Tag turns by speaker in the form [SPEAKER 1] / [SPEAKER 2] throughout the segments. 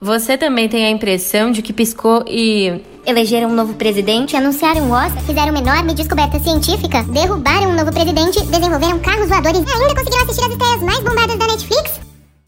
[SPEAKER 1] Você também tem a impressão de que piscou e.
[SPEAKER 2] Elegeram um novo presidente?
[SPEAKER 3] Anunciaram o um Oscar,
[SPEAKER 2] Fizeram uma enorme descoberta científica?
[SPEAKER 3] derrubaram um novo presidente, desenvolveram carros voadores e ainda conseguiram assistir às estreias mais bombadas da Netflix?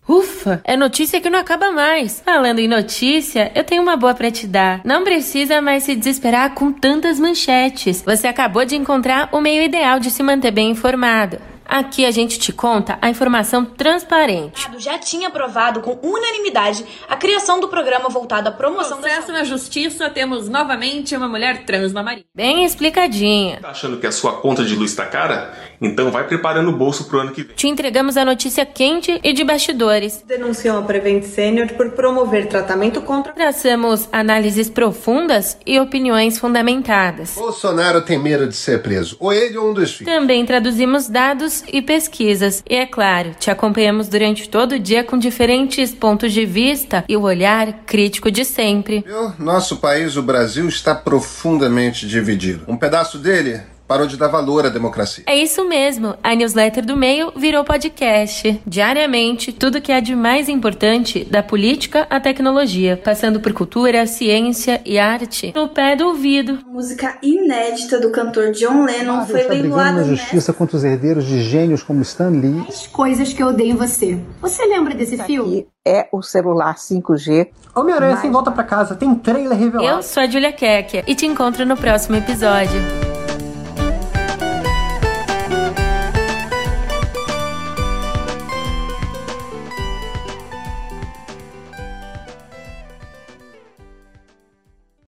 [SPEAKER 1] Ufa! É notícia que não acaba mais. Falando em notícia, eu tenho uma boa pra te dar. Não precisa mais se desesperar com tantas manchetes. Você acabou de encontrar o meio ideal de se manter bem informado. Aqui a gente te conta a informação transparente.
[SPEAKER 4] Senado já tinha aprovado com unanimidade a criação do programa voltado à promoção da
[SPEAKER 5] Processo
[SPEAKER 4] saúde.
[SPEAKER 5] na justiça, temos novamente uma mulher trans na Marinha.
[SPEAKER 1] Bem explicadinha.
[SPEAKER 6] Tá achando que a sua conta de luz tá cara? Então vai preparando o bolso pro ano que vem.
[SPEAKER 1] Te entregamos a notícia quente e de bastidores.
[SPEAKER 7] Denunciam a Prevent Senior por promover tratamento contra
[SPEAKER 1] Traçamos análises profundas e opiniões fundamentadas.
[SPEAKER 8] Bolsonaro tem medo de ser preso, ou ele ou um dos filhos.
[SPEAKER 1] Também traduzimos dados e pesquisas. E é claro, te acompanhamos durante todo o dia com diferentes pontos de vista e o olhar crítico de sempre.
[SPEAKER 8] Viu? Nosso país, o Brasil, está profundamente dividido. Um pedaço dele parou de dar valor à democracia.
[SPEAKER 1] É isso mesmo, a newsletter do meio virou podcast. Diariamente, tudo que há de mais importante, da política à tecnologia, passando por cultura, ciência e arte, no pé do ouvido.
[SPEAKER 9] A música inédita do cantor Ah, John Lennon é
[SPEAKER 10] Marvel
[SPEAKER 9] foi né?
[SPEAKER 10] está brigando
[SPEAKER 9] leiloada
[SPEAKER 10] na
[SPEAKER 9] nessa
[SPEAKER 10] justiça contra os herdeiros de gênios como Stan Lee.
[SPEAKER 11] As coisas que eu odeio em você. Você lembra desse filme?
[SPEAKER 12] que é o celular 5G.
[SPEAKER 13] Homem-Aranha sem volta pra casa, tem um trailer revelado.
[SPEAKER 1] Eu sou a Julia Kekia e te encontro no próximo episódio.